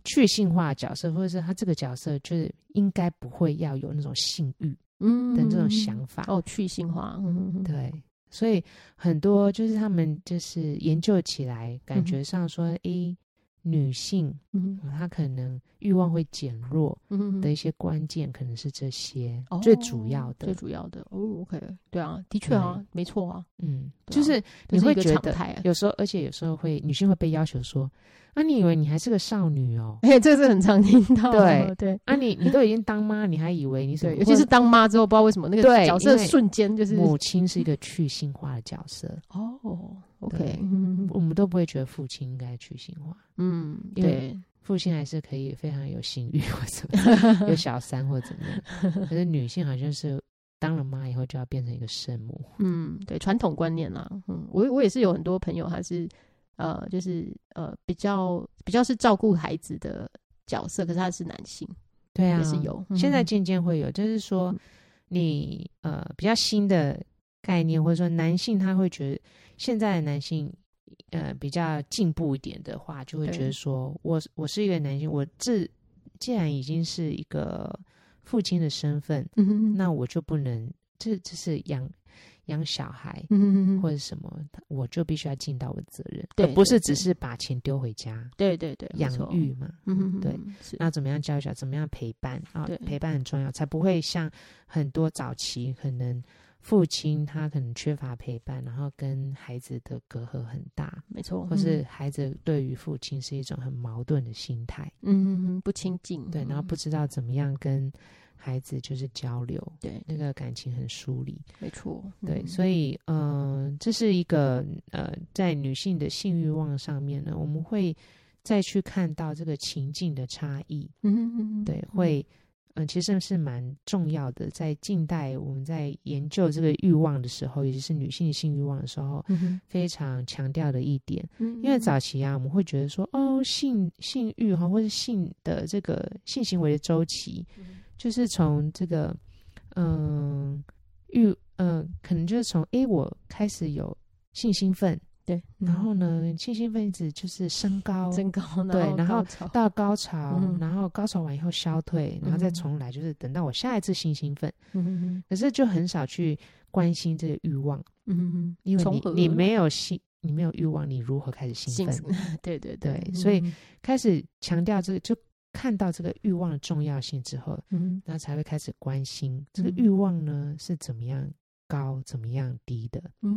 去性化角色，或者是他这个角色，就是应该不会要有那种性欲嗯的这种想法。哦，去性化，嗯哼哼，对，所以很多就是他们就是研究起来，感觉上说，诶、女性嗯她可能欲望会减弱嗯哼的一些关键，可能是这些、哦最主要的最。主要的哦，OK，对啊，的确啊对，没错啊，嗯，对就啊是这你是一会个觉常得态啊有时候，而且有时候会女性会被要求说，啊，你以为你还是个少女哦？哎， 这是很常听到的，对啊你，你都已经当妈，你还以为你什么对，？尤其是当妈之后，不知道为什么那个对角色因为瞬间就是母亲是一个去性化的角色，哦，OK，对嗯我们都不会觉得父亲应该去性化，嗯，因对为，父亲还是可以非常有性欲或什么，有小三或怎么 样。可是女性好像是当了妈以后就要变成一个圣母，嗯，对，传统观念啦，嗯，我我也是有很多朋友，他是呃，就是呃，比较比较是照顾孩子的角色，可是他是男性，对啊，也是有嗯现在渐渐会有，就是说你呃比较新的概念，或者说男性他会觉得现在的男性。呃，比较进步一点的话，就会对觉得说，我我是一个男性，我自既然已经是一个父亲的身份，嗯哼那我就不能，这这是养养小孩嗯哼哼或者什么，我就必须要尽到我的责任，对而不是对只对是把钱丢回家对对对，没养错，育嘛。嗯哼哼对哼，是，那怎么样教育小孩，怎么样陪伴啊对？嗯陪伴很重要，才不会像很多早期可能父亲他可能缺乏陪伴，然后跟孩子的隔阂很大，没错，嗯或是孩子对于父亲是一种很矛盾的心态，嗯嗯嗯不亲近，对，然后不知道怎么样跟孩子就是交流，对，那个感情很疏离。没错，对，嗯所以嗯、呃这是一个呃，在女性的性欲望上面呢，我们会再去看到这个情境的差异，嗯哼哼哼对，会嗯、呃其实是蛮重要的。在近代我们在研究这个欲望的时候，尤其是女性性欲望的时候，嗯哼非常强调的一点。嗯因为早期啊，我们会觉得说，哦，性性欲哈，或是性的这个性行为的周期，就是从这个嗯、欲嗯、可能就是从诶，我开始有性兴奋，对，然后呢，性兴奋一直就是升高嗯，增高，对然后高潮到高潮，嗯然后高潮完以后消退，然后再嗯重来，就是等到我下一次性兴奋，嗯哼哼可是就很少去关心这个欲望，嗯哼哼，因为从你何你没有性，你没有欲望，你如何开始兴兴奋？奋， 对对嗯对所以开始强调这个，就看到这个欲望的重要性之后，嗯那才会开始关心这个嗯欲望呢是怎么样高、怎么样低的，嗯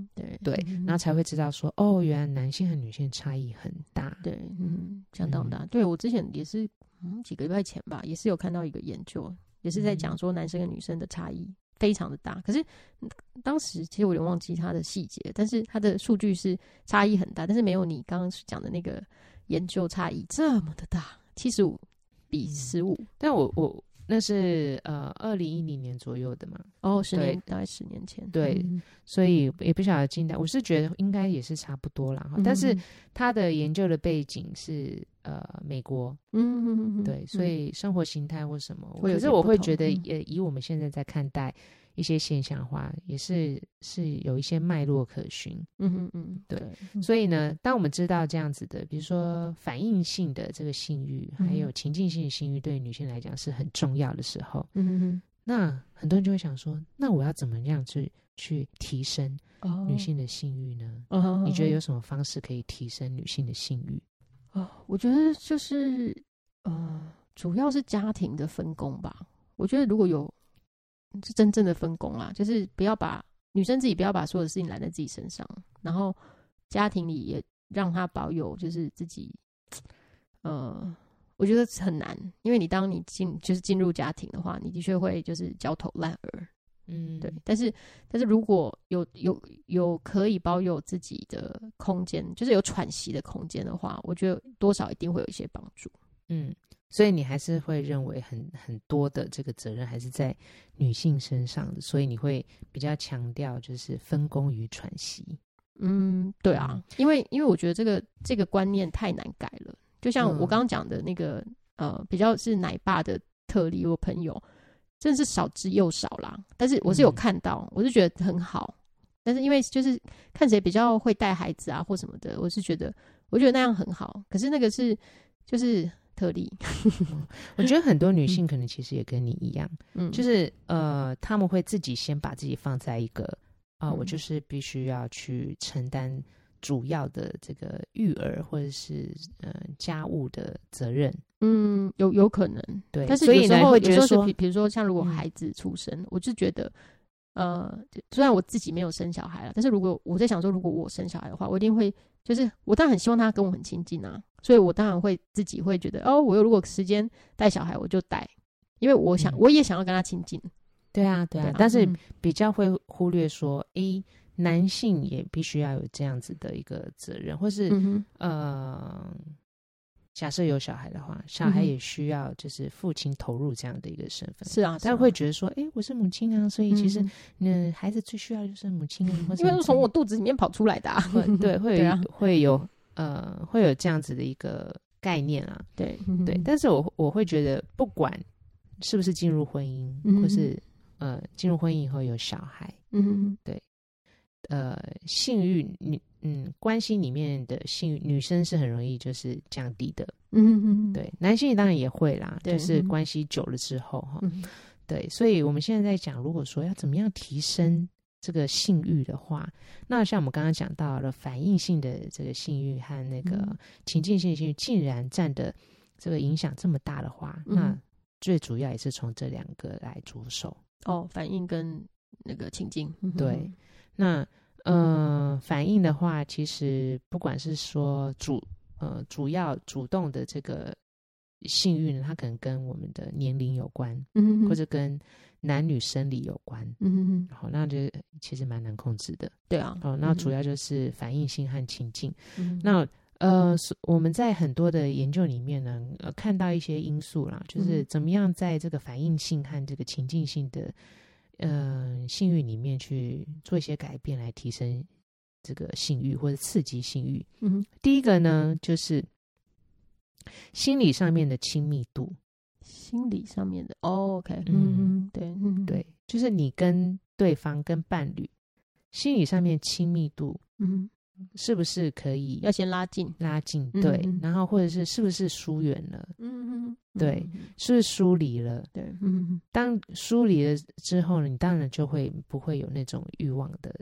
嗯，对对，嗯然后才会知道说，哦，原来男性和女性差异很大。对，嗯，相当嗯大。对我之前也是，嗯，几个礼拜前吧，也是有看到一个研究，也是在嗯讲说男生跟女生的差异非常的大。可是嗯当时其实我有点忘记它的细节，但是它的数据是差异很大，但是没有你刚刚讲的那个研究差异这么的大，七十五比十五、但我我那是呃二零一零年左右的嘛，哦，十对年大概十年前，对嗯所以也不晓得近代，我是觉得应该也是差不多啦。哈但是嗯他的研究的背景是呃美国，嗯嗯嗯嗯对，所以生活形态或什么，会有可是点我不会同觉得嗯，呃，以我们现在在看待一些现象的话，也是嗯是有一些脉络可循。嗯嗯嗯，对嗯所以呢，当我们知道这样子的，比如说反应性的这个性欲，还有嗯情境性的性欲，对于女性来讲是很重要的时候，嗯嗯那很多人就会想说，那我要怎么样去去提升嗯，哦女性的性欲呢？哦你觉得有？有什么方式可以提升女性的性欲？哦，我觉得就是呃，主要是家庭的分工吧。我觉得如果有是真正的分工啦，就是不要把女生自己不要把所有的事情揽在自己身上，然后家庭里也让她保有就是自己，呃，我觉得很难，因为你当你进就是进入家庭的话，你的确会就是焦头烂额，嗯，对，但是但是如果有有有可以保有自己的空间，就是有喘息的空间的话，我觉得多少一定会有一些帮助。嗯，所以你还是会认为很很多的这个责任还是在女性身上的，所以你会比较强调就是分工与喘息。嗯，对啊嗯，因为因为我觉得这个这个观念太难改了。就像我嗯刚刚讲的那个、呃，比较是奶爸的特例，我朋友真的是少之又少啦。但是我是有嗯看到，我是觉得很好。但是因为就是看谁比较会带孩子啊或什么的，我是觉得我觉得那样很好。可是那个是就是特例，我觉得很多女性可能其实也跟你一样，嗯，就是呃，他们会自己先把自己放在一个啊、嗯我就是必须要去承担主要的这个育儿或者是呃家务的责任。嗯，有有可能，对，但是所有以时呢，候有会觉时得候是说比，比如说像如果嗯孩子出生，我就觉得，呃，虽然我自己没有生小孩了，但是如果我在想说，如果我生小孩的话，我一定会，就是我当然很希望他跟我很亲近啊，所以我当然会自己会觉得，哦，我有如果时间带小孩，我就带，因为我想、嗯我也想要跟他亲近，对啊，对对啊啊，，但是嗯比较会忽略说，诶，男性也必须要有这样子的一个责任，或是、嗯哼呃，假设有小孩的话，小孩嗯哼也需要就是父亲投入这样的一个身份。是啊，大家是啊会觉得说，诶，我是母亲啊，所以其实嗯那孩子最需要的就是母亲啊，或者因为是从我肚子里面跑出来的、啊，对 会有对一、啊会有呃会有这样子的一个概念啊，对对，对但是我我会觉得，不管是不是进入婚姻，嗯或是呃进入婚姻以后有小孩，嗯呃，性欲女嗯关系里面的性欲，女生是很容易就是降低的，嗯嗯，对，男性当然也会啦，对就是嗯关系久了之后哈，嗯对，所以我们现在在讲，如果说要怎么样提升。这个性欲的话，那像我们刚刚讲到了反应性的这个性欲和那个嗯情境性的性欲，竟然占的这个影响这么大的话，嗯那最主要也是从这两个来着手。哦，反应跟那个情境，嗯对，那呃，反应的话，其实不管是说主呃主要主动的这个性欲呢，它可能跟我们的年龄有关，嗯或者跟男女生理有关。嗯嗯，好，那就其实蛮难控制的。对啊，哦，那主要要就是反应性和情境。嗯那呃，所我们在很多的研究里面呢，呃，看到一些因素啦，就是嗯怎么样在这个反应性和这个情境性的呃性欲里面去做一些改变，来提升这个性欲或者刺激性欲。嗯第一个呢，就是心理上面的亲密度，心理上面的、哦、，OK，嗯嗯，对，嗯，对，就是你跟对方跟伴侣心理上面亲密度嗯，是不是可以要先拉近，拉近？嗯对，嗯然后或者是是不是疏远了？嗯嗯，对是不是疏离了？对，嗯当疏离了之后呢，你当然就会不会有那种欲望的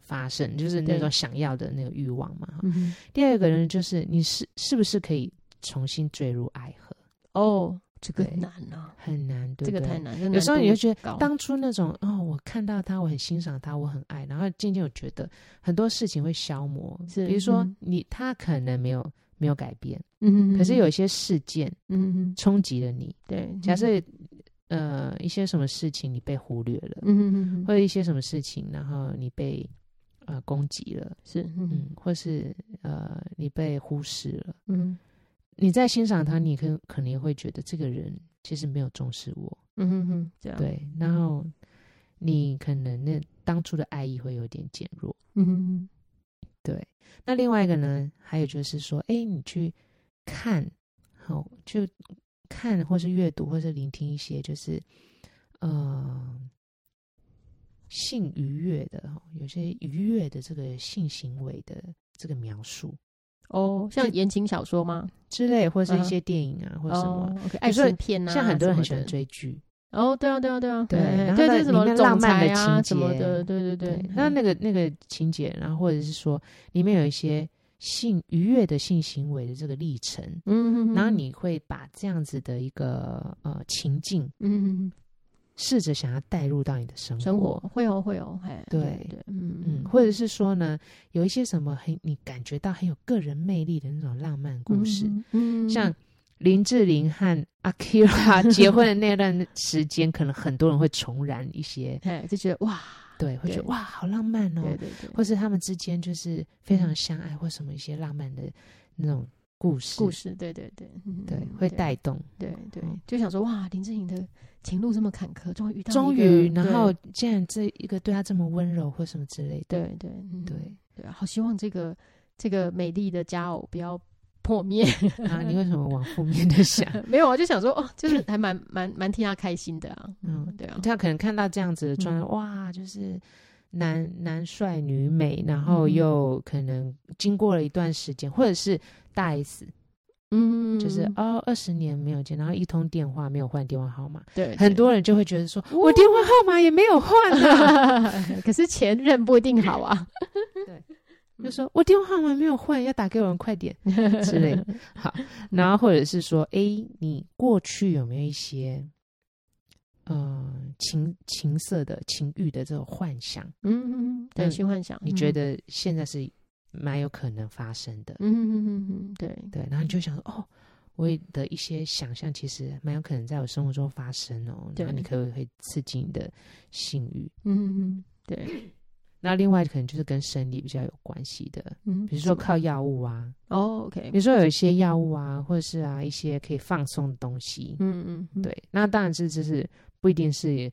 发生，就是那对种想要的那个欲望嘛。哈嗯嗯，第二个呢，就是你是是不是可以重新坠入爱河？哦，这个对难啊，很难，对这个不对？太难，这有时候难你就度觉得高，当初那种哦，我看到他，我很欣赏他，我很爱，然后渐渐我觉得很多事情会消磨，是比如说嗯你他可能没有没有改变，嗯，可是有一些事件嗯嗯，冲击了你，对，嗯假设呃一些什么事情你被忽略了，嗯嗯或者一些什么事情，然后你被呃攻击了，是嗯嗯，或是呃你被忽视了，嗯你在欣赏他，你可可能会觉得这个人其实没有重视我，嗯嗯这样对，然后你可能那当初的爱意会有点减弱，嗯对。那另外一个呢，还有就是说，哎，你去看，好、去看或是阅读或是聆听一些就是呃性愉悦的哈、有些愉悦的这个性行为的这个描述哦，像言情小说吗？之类，或是嗯一哼些电影啊，或什么。哦？OK，爱情片啊，像很多人很喜欢追。追剧，哦，对啊，对啊，对啊，对哎然后对，那这是什么里面总浪漫的裁啊什情么节的，对对对。那嗯那个那个情节，然后或者是说里面有一些性愉悦的性行为的这个历程，嗯，嗯嗯然后你会把这样子的一个呃情境，嗯，嗯试着想要带入到你的嗯生活，生活会哦会哦，嘿，对对，嗯嗯，或者是说呢，有一些什么很你感觉到很有个人魅力的那种浪漫故事，，嗯嗯像。林志玲和 Akira 结婚的那段时间，可能很多人会重燃一些，嘿就觉得哇，对，会觉得对哇，好浪漫哦，对对嗯对，或是他们之间就是非常相爱，或什么一些浪漫的那种故事，故事，对对对，嗯对，会，带动。对对嗯，就想说哇，林志颖的情路这么坎坷，终于遇到一个，终于，对然后竟然这一个对他这么温柔或什么之类的，对对嗯对，对啊，好希望这个这个美丽的佳偶不要破灭， 然后你为什么往负面的想？ 没有啊，就想说哦，就是还蛮蛮蛮替他开心的啊，嗯嗯，对啊，他可能看到这样子的状态，哇，就是男男帅女美，然后嗯又可能经过了一段时间，或者是大 S，嗯，就是哦二十年没有见，然后一通电话没有换电话号码，对，很 多人就会觉得说我电话号码也没有换啊，对。 可是前任不一定好啊，就说我电话号码没有换，要打给我们快点之类的。好，然后或者是说，诶，你过去有没有一些，呃，情情色的情欲的这种幻想？嗯，嗯对， 嗯新幻想，你觉得现在是蛮有可能发生的，嗯？嗯嗯嗯嗯，对，对。然后你就想说，哦，我也的一些想象其实蛮有可能在我生活中发生哦。对然后你可不可以刺激你的性欲？嗯嗯对，那另外可能就是跟生理比较有关系的，嗯，比如说靠药物啊，哦，OK，比如说有一些药物啊，或者是啊一些可以放松的东西，嗯嗯嗯，对，那当然是就是不一定是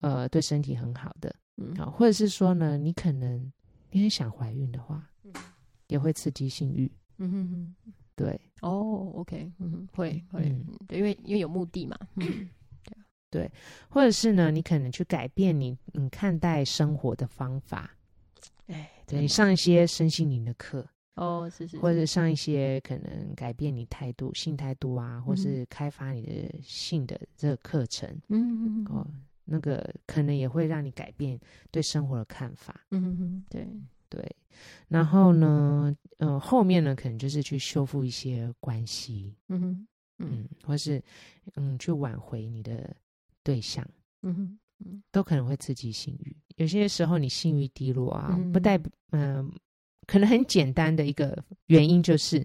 呃对身体很好的，嗯，好，或者是说呢，你可能你很想怀孕的话，也会刺激性欲，嗯嗯嗯，对哦，OK，嗯，会会，嗯嗯对，因为因为有目的嘛，嗯或者是呢，你可能去改变你你看待生活的方法，哎，对真你的上一些身心灵的课，哦，是是，或是者上一些可能改变你态度、性态度啊，或嗯是开发你的性的这个课程，嗯嗯嗯哦，那个可能也会让你改变对生活的看法，嗯嗯，对，对。然后呢，呃，后面呢，可能就是去修复一些关系，嗯嗯嗯，或是嗯，去挽回你的对象，嗯嗯都可能会刺激性欲。有些时候你性欲低落啊，不嗯代嗯、可能很简单的一个原因就是，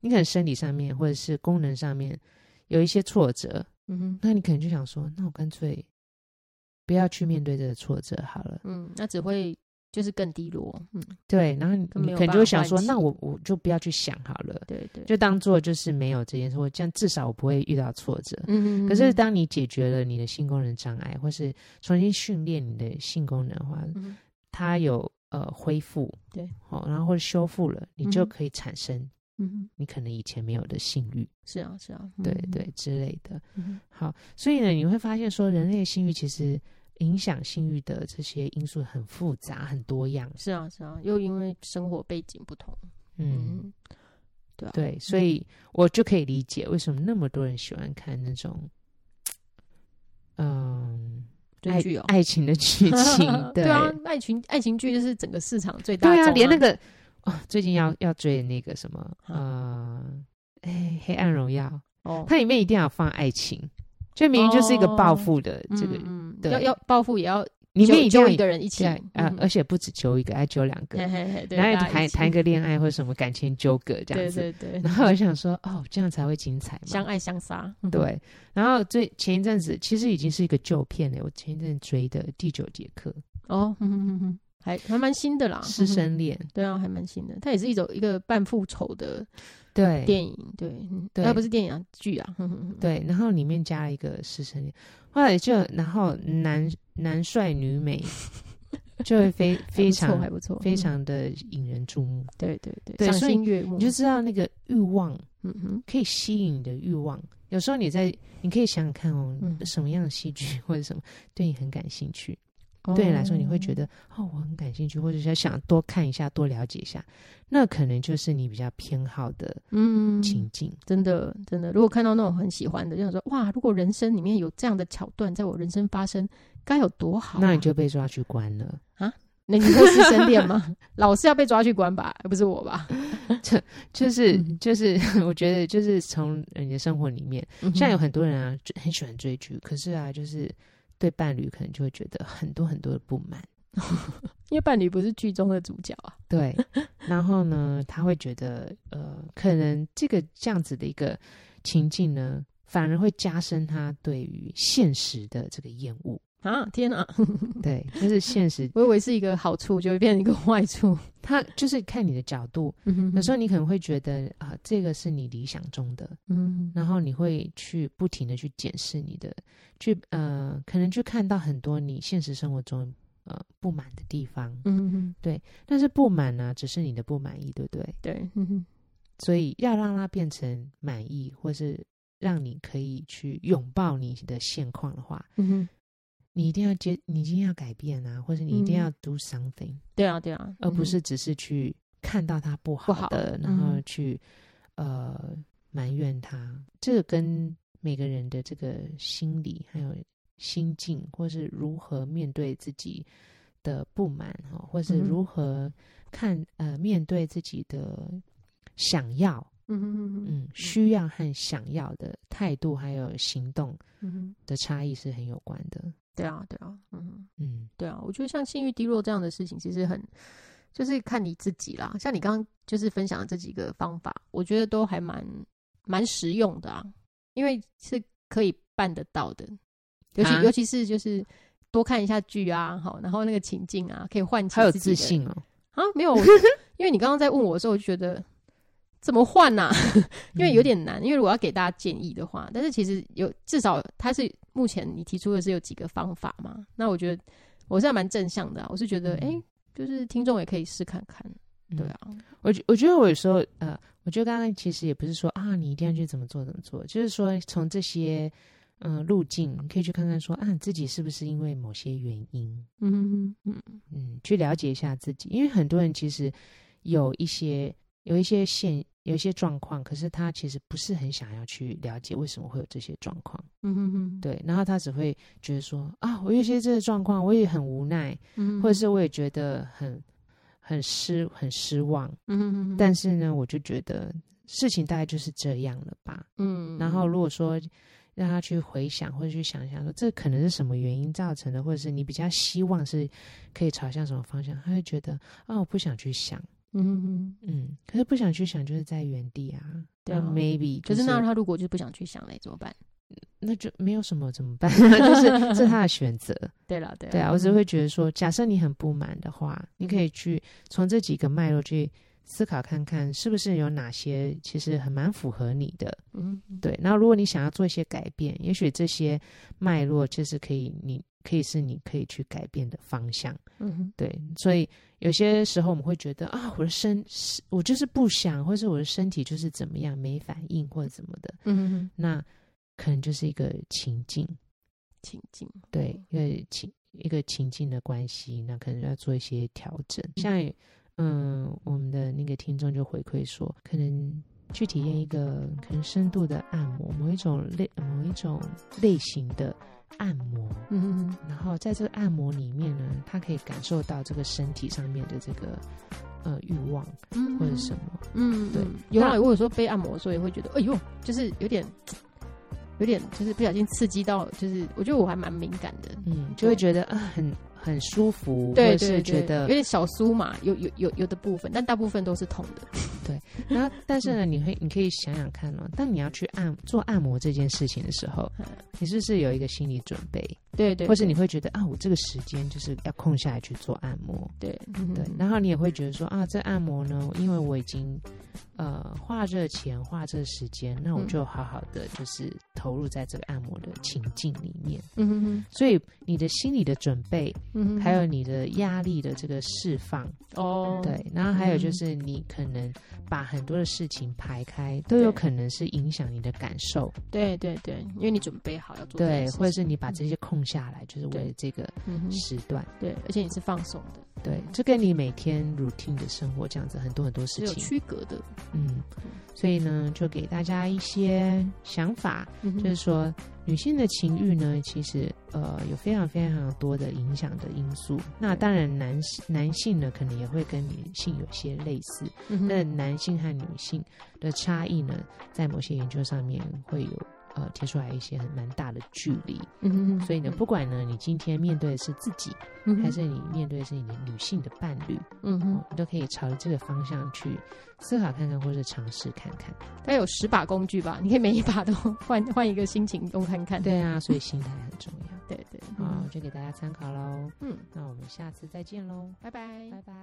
你可能身体上面或者是功能上面有一些挫折，嗯那你可能就想说，那我干脆不要去面对这个挫折好了。嗯，那只会就是更低落，嗯，对，然后你更没你有可能办就会法想唤说，起那我我就不要去想好了，对对，就当做就是没有这件事，我这样至少我不会遇到挫折。嗯，嗯可是嗯当你解决了你的性功能障碍，或是重新训练你的性功能的话，嗯它有呃恢复，对，哦，然后或者修复了，你就嗯哼可以产生嗯嗯你可能以前没有的性欲，是啊是啊，对嗯对，之类的。嗯好，所以呢，你会发现说，人类的性欲其实影响性欲的这些因素很复杂、很多样。是啊，是啊，又因为生活背景不同，嗯，嗯，对啊，对，所以我就可以理解为什么那么多人喜欢看那种，嗯，追爱剧哦，爱情的剧 情，对啊，爱情爱情剧就是整个市场最大对啊，众连那个啊，最近要要追那个什么，嗯呃，哎，《黑暗荣耀》，哦，它里面一定要放爱情，这明明就是一个哦报复的 这个，嗯，嗯对要要报复也要里面揪一定揪要一个人一起对啊、嗯而且不止揪一个，还揪两个嘿，嘿嘿， 对，然后大家谈一起谈一个恋爱或什么感情纠葛这样对子。对对，然后我想说，哦，这样才会精彩嘛。相爱相杀，嗯，对，然后最前一阵子其实已经是一个旧片了，我前一阵追的第九节课哦，嗯嗯嗯嗯，还还蛮新的啦， 《师嗯，生恋》， 对啊，还蛮新的，它也是一种一个半复仇的对，电影，对，嗯对啊，不是电影啊，剧啊，嗯嗯嗯对，然后里面加了一个师生恋，后来就然后男男帅 女美，就会非非还不错还常不错，非嗯常的引人注目，对对对，对赏所以心悦目，你就知道那个欲望嗯哼，可以吸引你的欲望。有时候你在，你可以想想看哦，嗯什么样的戏剧或者什么对你很感兴趣，哦对你来说你会觉得得哦，我很感兴趣，或者是想多看一下、多了解一下，那可能就是你比较偏好的嗯，情境。真的真的，如果看到那种很喜欢的，就想说哇，如果人生里面有这样的桥段在我人生发生，该有多好啊、那你就被抓去关了，那你会师生恋吗？ 老是要被抓去关吧，不是我 吧？就是嗯就是， 我觉得就是从呃你的生活里面，像嗯有很多人啊，就很喜欢追剧，可是啊，就是对伴侣可能就会觉得很多很多的不满， 因为伴侣不是剧中的主角啊，对， 然后呢，他会觉得呃，可能这个这样子的一个情境呢，反而会加深他对于现实的这个厌恶，啊天啊，对，就是现实，我以为是一个好处，就会变成一个坏处。他就是看你的角度， 有有时候你可能会觉得啊、这个是你理想中的， 嗯，然后你会去不停的去检视你的，去呃，可能去看到很多你现实生活中呃不满的地方，嗯嗯，但是不满呢、只是你的不满意，对不对？对，嗯所以要让它变成满意，或是让你可以去拥抱你的现况的话，嗯，你一定要接，你一定要改变啊，或是你一定嗯要 do something，、对啊对啊，而不是只是去看到它不不好好的，然后嗯去、呃埋怨它。这个跟每个人的这个心理还有心境，或是如何面对自己的不满哈，或是嗯哼如何看、呃面对自己的想要，嗯嗯嗯嗯，需要和想要的态度还有行动嗯，的差异是很有关的。对啊对啊，嗯。嗯，对啊，我觉得像性欲低落这样的事情，其实很就是看你自己啦。像你刚刚就是分享的这几个方法，我觉得都还蛮蛮实用的啊，因为是可以办得到的。尤其、啊尤其是就是多看一下剧啊，好，然后那个情境啊，可以唤起还有自己自的信哦，啊。没 有，我因为你刚刚在问我的时候，我就觉得怎么换呐、 因为有点难，因为如果要给大家建议的话，但是其实有至少它是目前你提出的是有几个方法嘛，那我觉得我是还蛮正向的、啊，我是觉得嗯诶，就是听众也可以试看看，嗯对啊，我觉我觉得我有时候呃，我觉得刚刚其实也不是说啊，你一定要去怎么做怎么做，就是说从这些嗯、呃路径可以去看看说啊，自己是不是因为某些原因，嗯嗯嗯，去了解一下自己，因为很多人其实有一些有一些现有一些状况，可是他其实不是很想要去了解为什么会有这些状况，嗯嗯，对，然后他只会觉得说啊，我有一些这个状况，我也很无奈，嗯，或者是我也觉得很很失很失望，嗯嗯，但是呢，我就觉得事情大概就是这样了吧。嗯，然后如果说让他去回想或者去想一想说这可能是什么原因造成的，或者是你比较希望是可以朝向什么方向，他会觉得啊、我不想去想，嗯嗯，嗯，可是不想去想就是在原地啊。对啊那，maybe 可就是那那他如果就不想去想嘞，怎么办？那就没有什么怎么办？ 就是是他的选择， 对啦嗯对对啊。我只会觉得说，假设你很不满的话，你可以去从这几个脉络去思考看看，是不是有哪些其实很蛮符合你的，嗯对，那如果你想要做一些改变，也许这些脉络就是可以，你可以是你可以去改变的方向。嗯对，所以有些时候我们会觉得啊，我的身是我就是不想，或是我的身体就是怎么样没反应或者怎么的，嗯，那可能就是一个情境，情境，嗯对，一个情一个情境的关系，那可能要做一些调整。像嗯、我们的那个听众就回馈说，可能去体验一个可能深度的按摩，某一种类某一种类型的按摩，嗯嗯然后在这个按摩里面呢，他可以感受到这个身体上面的这个呃欲望嗯或者什么。嗯，对对，有那啦，我有时候被按摩的时候也会觉得，哎呦，就是有点，有点就是不小心刺激到，就是我觉得我还蛮敏感的，嗯，就会觉得啊、很很舒服，或对者对是觉对，得有点小酥嘛，有有有有的部分，但大部分都是痛的。 然后，但是呢，嗯你会你可以想想看哦，当你要去按做按摩这件事情的时候嗯，你是不是有一个心理准备，对对，或是你会觉得啊，我这个时间就是要空下来去做按摩，对嗯对，然后你也会觉得说啊，这按摩呢，因为我已经呃花这个钱花这个时间，那我嗯就好好的就是投入在这个按摩的情境里面，嗯哼哼所以你的心理的准备，嗯哼，还有你的压力的这个释放。哦，对，然后还有就嗯是你可能把很多的事情排开，都有对可能是影响你的感受，对对对，因为你准备好要做这对件，事情，或者是你把这些空下来，就是为对了这个嗯哼时段，对，而且你是放松的，对，这跟你每天 routine 的生活这样子很多很多是事有情，区隔的，嗯，所以呢，就给大家一些想法，嗯哼就是说女性的情欲呢，其实呃有非常非常多的影响的因素，那当然男男性呢，可能也会跟女性有些类似。嗯哼那男性和女性的差异呢，在某些研究上面会有呃贴出来一些很蛮大的距离。嗯哼哼所以呢，嗯不管呢你今天面对的是自己，嗯哼还是你面对的是你的女性的伴侣，嗯哦哼，你都可以朝着这个方向去思考看看，或者尝试看看。大概有十把工具吧，你可以每一把都 换换一个心情用看看。对啊，所以心态很重要对对，啊嗯，就给大家参考喽。嗯，那我们下次再见喽，拜拜。拜拜。